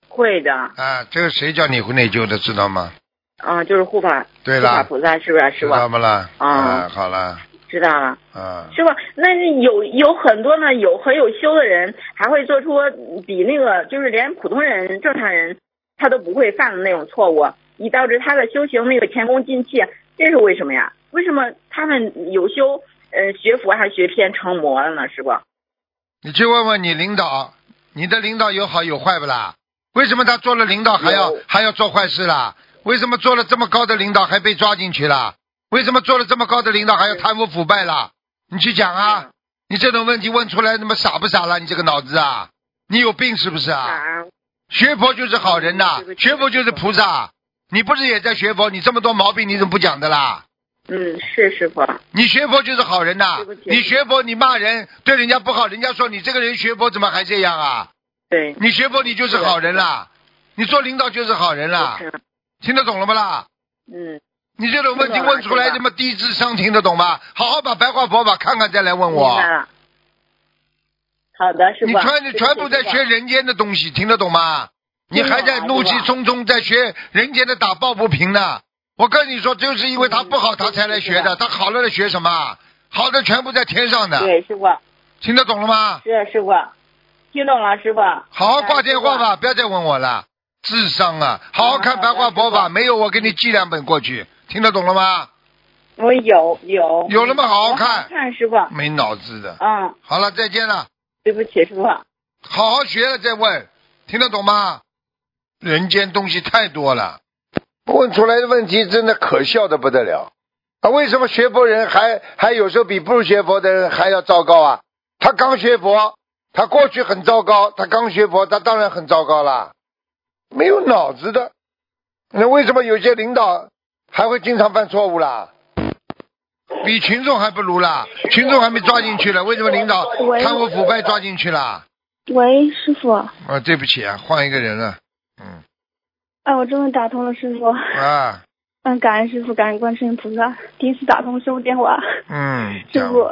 会的，啊，这个谁叫你会内疚的，知道吗？啊，就是护法，对护法啦，菩萨，是不是啊、师知傅？道不啦？啊啊，好啦，知道了。啊，师傅，那是有有很多呢，有很有修的人，还会做出比那个就是连普通人、正常人他都不会犯的那种错误，以导致他的修行那个前功尽弃，这是为什么呀？为什么他们有修，呃，学佛还学偏成魔了呢？师傅，你去问问你领导，你的领导有好有坏不啦？为什么他做了领导还要有还要做坏事啦？为什么做了这么高的领导还被抓进去啦？为什么做了这么高的领导还要贪污腐败啦？你去讲嗯啊！你这种问题问出来，他妈傻不傻啦？你这个脑子啊！你有病是不是啊？啊，学佛就是好人呐、对不起学佛就是菩萨。你不是也在学佛？你这么多毛病，你怎么不讲的啦？嗯，是师傅，你学佛就是好人呐、对不起你学佛，你骂人对人家不好，人家说你这个人学佛怎么还这样啊？对，你学佛你就是好人啦，你做领导就是好人啦，是，听得懂了不啦？嗯，你这种问题听得懂了问出来，听得懂这么低智商听得懂吗？好好把白话佛法看看，再来问明我白。了。好的，师傅，你全对不起全部在师傅学人间的东西，听得懂吗？你听得懂还在怒气冲冲，在学人间的打抱不平呢。我跟你说，就是因为他不好，嗯他才来学是的。的他好了，来学什么？好的全部在天上的，对师傅，听得懂了吗？是师傅，听懂了，师傅，好好挂电话哎吧，不要再问我了。智商啊，好好看白话佛好的法，没有我给你寄两本过去，听得懂了吗？我有有有那么好好看我看师傅，没脑子的。嗯，好了，再见了，对不起师傅，好好学了再问，听得懂吗？人间东西太多了。问出来的问题真的可笑的不得了。啊，为什么学佛人还还有时候比不学佛的人还要糟糕啊？他刚学佛，他过去很糟糕，他刚学佛，他当然很糟糕啦，没有脑子的。那为什么有些领导还会经常犯错误啦？比群众还不如啦，群众还没抓进去了，为什么领导喂贪污腐败抓进去啦？喂，师傅，啊，对不起啊，换一个人了，嗯哎，我终于打通了，师傅。啊，嗯，感恩师傅，感恩观世音菩萨，第一次打通师傅电话，嗯，师讲傅，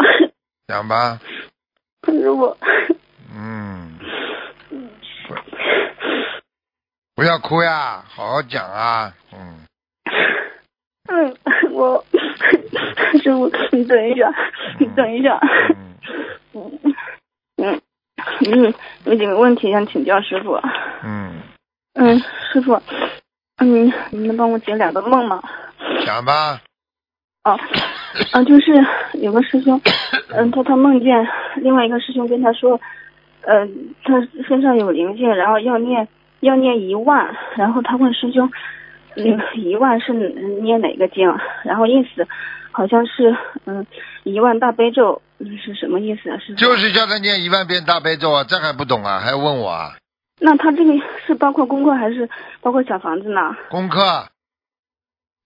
讲吧，师傅，嗯，不要哭呀，好好讲啊，嗯，嗯，我，师傅，你等一下，你等一下，嗯嗯嗯嗯，有几个问题想请教师傅。啊嗯，嗯，师傅，嗯，你能帮我解两个梦吗？讲吧，哦，啊，就是有个师兄，嗯，他他梦见另外一个师兄跟他说，呃，他身上有灵性，然后要念要念一万，然后他问师兄，嗯，一万是念哪个经啊？然后意思好像是嗯一万大悲咒嗯是什么意思啊？师傅？就是叫他念一万遍大悲咒啊，这还不懂啊，还要问我啊？那他这个是包括功课还是包括小房子呢？功课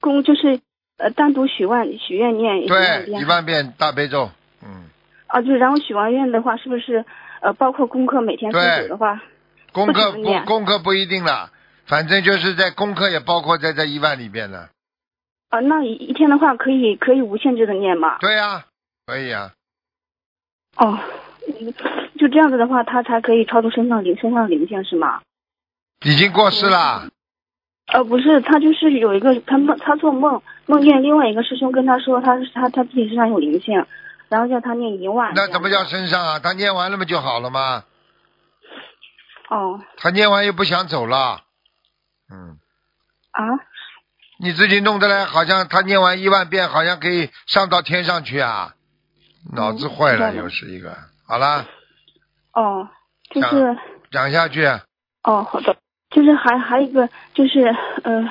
功就是呃单独许愿许愿念一万对遍一万遍大悲咒，嗯，啊，就是然后许完愿的话，是不是呃包括功课每天对分组的话，功课不不止念功课不一定了，反正就是在功课也包括在这一万里边了，啊、那一一天的话可以可以无限制的念吗？对呀、可以啊，哦，嗯就这样子的话，他才可以超度身上灵身上灵性是吗？已经过世了，呃，不是，他就是有一个他梦他做梦梦见另外一个师兄跟他说他是他他自己身上有灵性，然后叫他念一万。那怎么叫身上啊？他念完了不就好了吗？哦他念完又不想走了，嗯。啊，你自己弄得来，好像他念完一万遍，好像可以上到天上去啊！脑子坏了，嗯又是一个。好了，哦，就是。啊讲下去。哦，好的。就是还还有一个就是呃，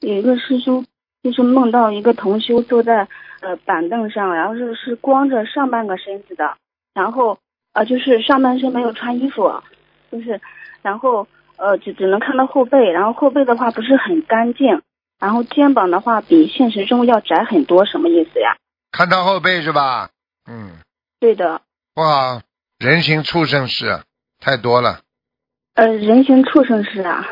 有一个师兄就是梦到一个同修坐在呃板凳上，然后是是光着上半个身子的，然后呃就是上半身没有穿衣服，就是然后呃只只能看到后背，然后后背的话不是很干净，然后肩膀的话比现实中要窄很多，什么意思呀？看到后背是吧？嗯，对的，不好，人形畜生是太多了。呃人形畜生是啊，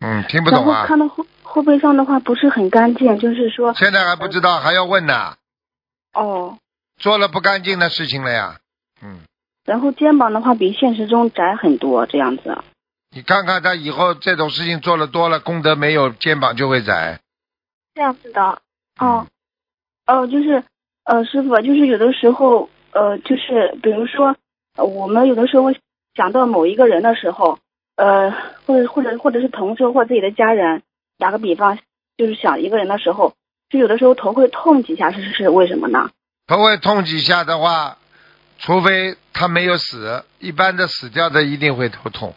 嗯，听不然懂后啊。看到后后背上的话不是很干净，就是说现在还不知道，还要问呢。哦。做了不干净的事情了呀。嗯，然后肩膀的话比现实中窄很多，这样子。你看看他以后这种事情做了多了，功德没有，肩膀就会窄。这样子的。嗯哦，哦，就是呃，师傅，就是有的时候，呃，就是比如说，呃我们有的时候想到某一个人的时候，呃，或者或者或者是同事或自己的家人，打个比方，就是想一个人的时候，就有的时候头会痛几下，是是是为什么呢？头会痛几下的话，除非他没有死，一般的死掉的一定会头痛。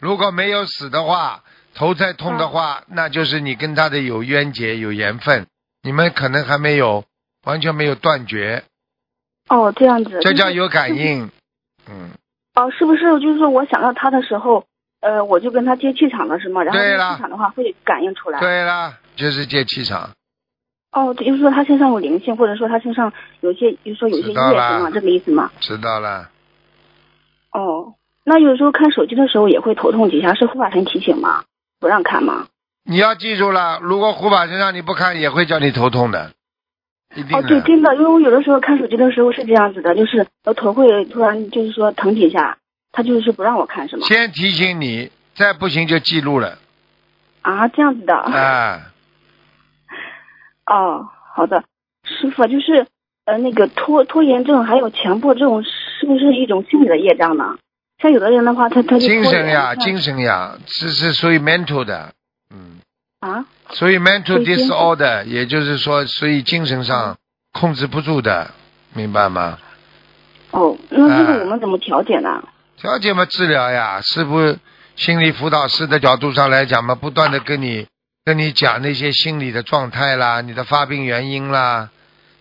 如果没有死的话，头再痛的话，那就是你跟他的有冤结、有缘分，你们可能还没有完全没有断绝，哦，这样子，这就是叫有感 应。嗯，哦，是不是就是说我想到他的时候，呃，我就跟他接气场了，是吗？然后对接了气场的话会感应出来。对啦，就是借气场，哦，也就是说他身上有灵性，或者说他身上有些，就是说有些知业道是啦吗？这个意思吗？知道了。哦，那有时候看手机的时候也会头痛几下，是护法神提醒吗？不让看吗？你要记住了，如果护法身上你不看，也会叫你头痛的，一定啊哦，的。对，真的，因为我有的时候看手机的时候是这样子的，就是呃头会突然就是说疼几下，他就是不让我看是吗？先提醒你，再不行就记录了啊，这样子的。啊。哦，好的，师傅，就是呃那个拖拖延症还有强迫症，是不是一种心理的业障呢？像有的人的啊话，他他就拖延精神呀，像精神呀，这是属于 mental 的，嗯，啊，属于 mental 所以精神 disorder，也就是说，属于精神上控制不住的，明白吗？哦，那这哎个我们怎么调节呢？调节嘛，治疗呀，是不？心理辅导师的角度上来讲嘛，不断的跟你跟你讲那些心理的状态啦，你的发病原因啦，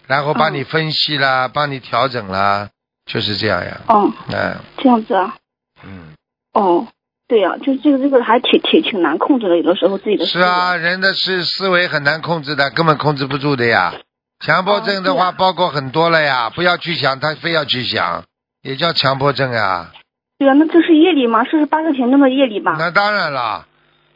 然后帮嗯你分析啦，帮你调整啦，就是这样呀，哦，嗯这样子啊，嗯。哦，对呀、就这个这个还挺挺挺难控制的，有的时候 自己的是思维啊，人的是思维很难控制的，根本控制不住的呀。强迫症的话，哦对啊包括很多了呀，不要去想，他非要去想，也叫强迫症啊。对啊，那这是业力吗？这是八十前中的业力吧？那当然了，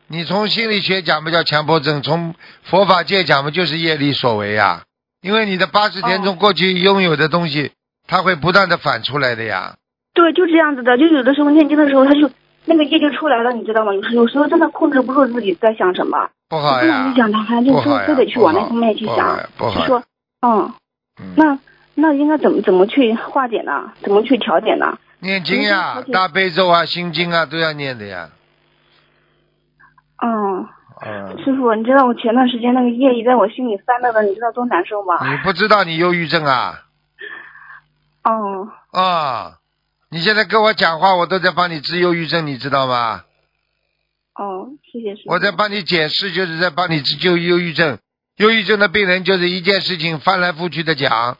你从心理学讲嘛叫强迫症，从佛法界讲嘛就是业力所为呀。因为你的八哦十天中过去拥有的东西，它会不断的反出来的呀。对，就这样子的，就有的时候念经的时候，他就那个业就出来了，你知道吗？有时有时候真的控制不住自己在想什么，不不好能呀去，想它，还就不就好呀，非得去不往那好方面去不想好呀，不好就呀。说，嗯，嗯那那应该怎么怎么去化解呢？怎么去调节呢？念经呀嗯而，且大悲咒啊，心经啊，都要念的呀。嗯，嗯。师傅，你知道我前段时间那个业力在我心里翻了的，你知道多难受吗？你不知道你忧郁症啊？哦、啊、你现在跟我讲话，我都在帮你治忧郁症，你知道吗？哦，谢谢师傅。我在帮你解释，就是在帮你治救忧郁症。忧郁症的病人就是一件事情翻来覆去的讲，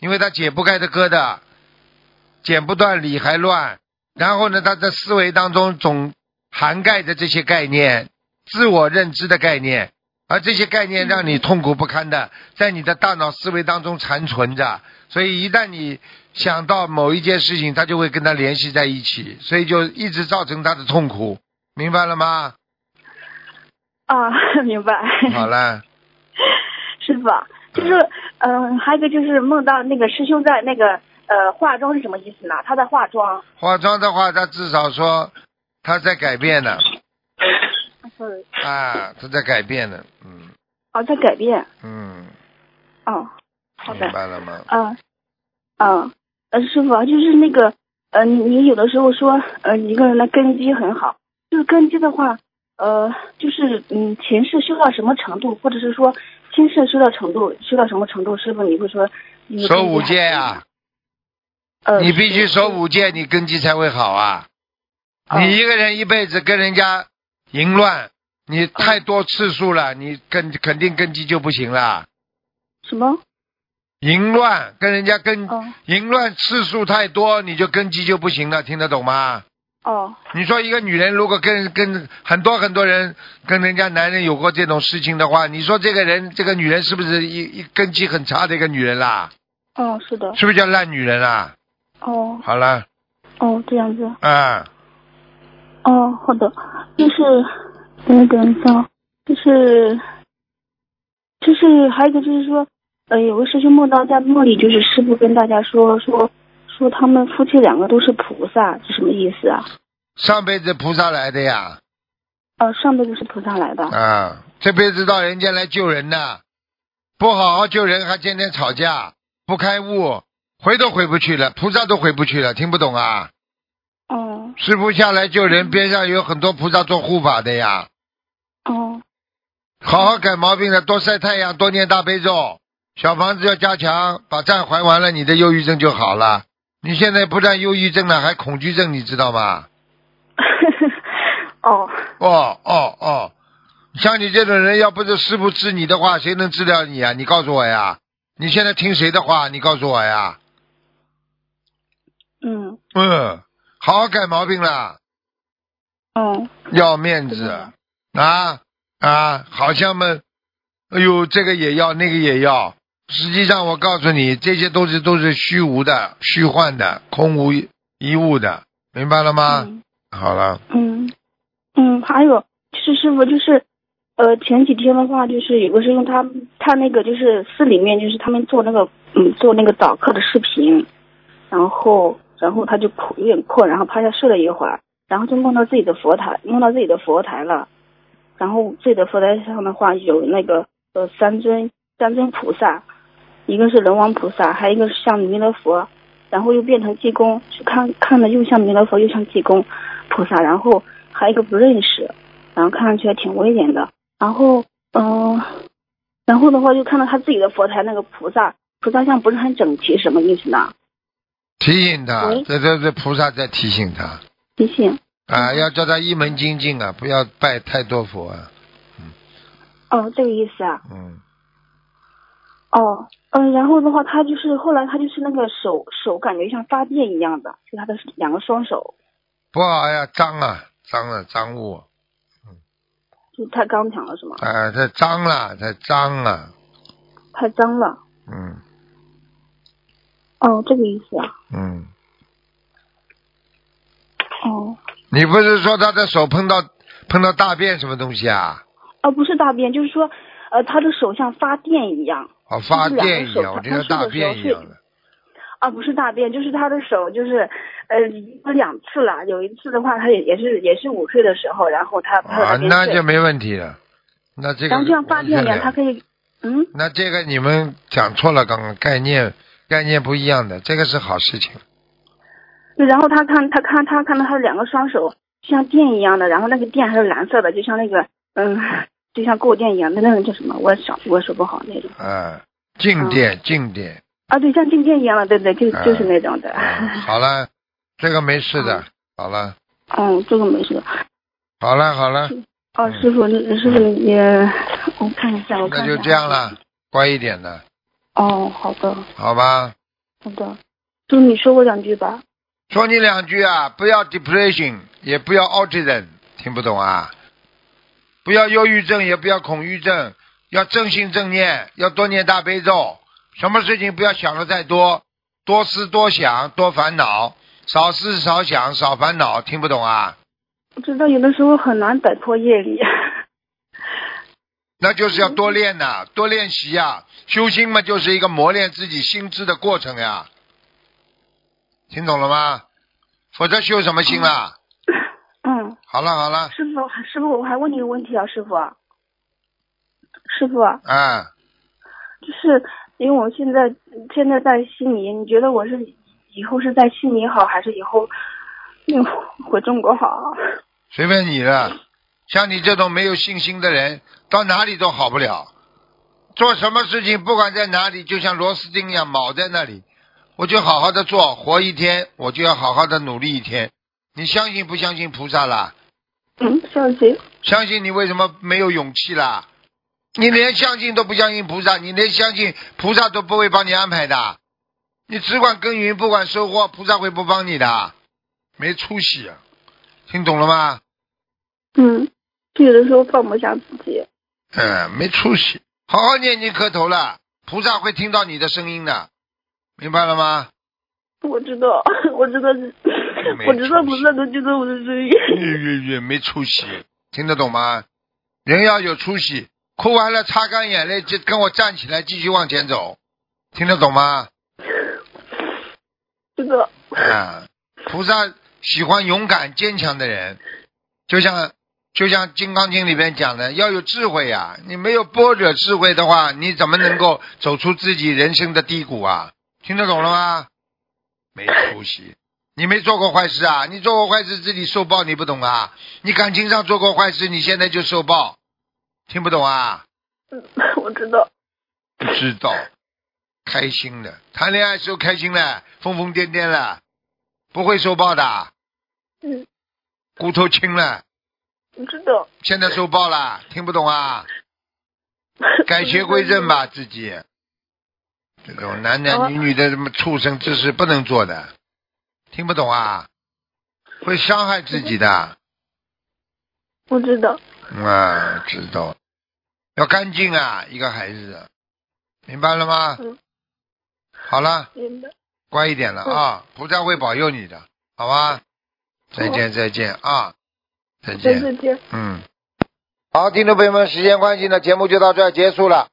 因为他解不开的疙瘩，剪不断理还乱。然后呢，他的思维当中总涵盖着这些概念，自我认知的概念，而这些概念让你痛苦不堪的，在你的大脑思维当中残存着。所以一旦你想到某一件事情，它就会跟它联系在一起，所以就一直造成他的痛苦，明白了吗？啊， 明白。 好了，师傅，就是嗯、呃还有一个就是梦到那个师兄在那个呃化妆是什么意思呢？他在化妆。化妆的话，他至少说他在改变呢，啊 sorry，啊，他在改变呢，嗯哦，在改变。嗯，哦，好明的。白了吗？嗯、嗯、呃，师傅啊，就是那个呃，你你有的时候说呃，一个人的根基很好，就是根基的话，呃，就是嗯，前世修到什么程度，或者是说今世修到程度，修到什么程度，师傅你会说你的守根基五还戒可以呀、吗呃，啊你必须是守五戒，你根基才会好啊。哦你一个人一辈子跟人家淫乱，你太多次数了，你根肯定根基就不行了。什么？淫乱跟人家跟哦淫乱次数太多，你就根基就不行了，听得懂吗？哦你说一个女人如果跟跟很多很多人跟人家男人有过这种事情的话，你说这个人这个女人是不是一一根基很差的一个女人啦？哦，是的。是不是叫烂女人啦？哦好了，哦，这样子。啊、哦，好的，就是等一等一下啊，就是就是还有一个就是说，呃，有个师兄梦到在梦里，就是师傅跟大家说说说他们夫妻两个都是菩萨，是什么意思啊？上辈子菩萨来的呀，啊呃，上辈子是菩萨来的。啊，这辈子到人间来救人的，不好好救人还天天吵架，不开悟，回都回不去了，菩萨都回不去了，听不懂啊？哦师傅下来救人，边上有很多菩萨做护法的呀。哦 好好改毛病了，多晒太阳，多念大悲咒，小房子要加强，把债还完了，你的忧郁症就好了。你现在不但忧郁症了，还恐惧症，你知道吗？哦哦哦哦，像你这种人，要不是师傅治你的话，谁能治疗你啊？你告诉我呀！你现在听谁的话？你告诉我呀！嗯嗯，好好改毛病了，哦要面子啊啊！好像们，哎呦，这个也要，那个也要。实际上，我告诉你，这些都是都是虚无的、虚幻的、空无一物的，明白了吗？嗯好了，嗯嗯，还有就是师傅就是。呃，前几天的话，就是有个师兄他他那个就是寺里面就是他们做那个嗯做那个早课的视频，然后然后他就困有点困，然后趴下睡了一会儿，然后就梦到自己的佛台，梦到自己的佛台了，然后自己的佛台上的话有那个呃三尊三尊菩萨，一个是龙王菩萨，还有一个是像弥勒佛，然后又变成济公，就看看的又像弥勒佛又像济公菩萨，然后还有一个不认识，然后看上去还挺危险的，然后嗯、呃然后的话就看到他自己的佛台那个菩萨，菩萨像不是很整齐，什么意思呢？提醒他喂，这这这菩萨在提醒他。提醒。嗯啊，要叫他一门精进啊，不要拜太多佛啊。哦，这个意思啊。嗯，哦，嗯、然后的话，他就是后来他就是那个手手感觉像发电一样的，就他的两个双手，不好呀，脏啊，脏了，脏物就太刚强了，是吗？啊，太脏了，太脏了。太脏了。嗯哦，这个意思啊。嗯，哦，你不是说他的手碰到碰到大便什么东西啊？啊，不是大便，就是说，呃，他的手像发电一样，哦，发电一就是样，我两个手觉得大便一样的。啊，不是大便，就是他的手，就是，呃，已经有两次了。有一次的话，他也也是也是午睡的时候，然后他趴啊，在边那睡，就没问题了。那这个然后就像发电一样，他可以，嗯，那这个你们讲错了，刚刚概念概念不一样的，这个是好事情。对，然后他看他看他看到他的两个双手像电一样的，然后那个电还是蓝色的，就像那个嗯，就像过电一样的那种叫什么？我手我手不好那种啊，静电静电。啊，对，像静电一样的，对不对？就啊就是那种的。嗯好了，这个没事的。好了，嗯，这个没事。好了，好了，哦，师傅，你师傅你，我看一下，我嗯那看一就下。这样。了，乖一点的，哦，好的，好吧？好的。就你说我两句吧。说你两句啊，不要 depression，也不要 autism，听不懂啊？不要忧郁症，也不要恐惧症，要正心正念，要多念大悲咒。什么事情不要想的太多，多思多想，多烦恼，少思少想，少烦恼，听不懂啊？我知道有的时候很难摆脱业力。那就是要多练呐、多练习呀、修心嘛，就是一个磨练自己心智的过程呀、听懂了吗？否则修什么心啦？ 嗯，好了好了，师傅，师傅，我还问你个问题啊，师傅。师傅。啊，就是因为我现在现在在悉尼，你觉得我是以后是在悉尼好，还是以后嗯回中国好？ 随便你了。像你这种没有信心的人，到哪里都好不了。做什么事情，不管在哪里，就像螺丝钉一样铆在那里。我就好好的做，活一天，我就要好好的努力一天。你相信不相信菩萨啦？嗯，相信。相信你为什么没有勇气啦？你连相信都不相信菩萨，你连相信菩萨都不会帮你安排的，你只管耕耘不管收获，菩萨会不帮你的，没出息啊！听懂了吗？嗯，就有的时候放不下自己。嗯，没出息。好好念经磕头了，菩萨会听到你的声音的，明白了吗？我知道， 我知道，没 我知道，出息不是都觉得我是罪越越越没出息，听得懂吗？人要有出息，哭完了擦干眼泪，就跟我站起来继续往前走，听得懂吗？ 知道。啊，菩萨喜欢勇敢坚强的人，就像就像《金刚经》里边讲的，要有智慧呀、你没有般若智慧的话，你怎么能够走出自己人生的低谷啊？听得懂了吗？没出息！你没做过坏事啊？你做过坏事自己受报，你不懂啊？你感情上做过坏事，你现在就受报，听不懂啊？嗯，我知道。不知道，开心的，谈恋爱时候开心了，疯疯癫癫了，不会受报的，嗯，骨头轻了，我知道。现在受报了，听不 懂啊？改邪归正嗯吧，自己。这种男哦男女女的什么畜生之事不能做的，听不懂啊？会伤害自己的。我知道。嗯啊，知道。要干净啊，一个孩子，明白了吗？嗯。好了，明白。乖一点了啊，菩萨会保佑你的，好吧？再见，再见啊，再再见，见。嗯。好，听众朋友们，时间关系呢，节目就到这儿结束了。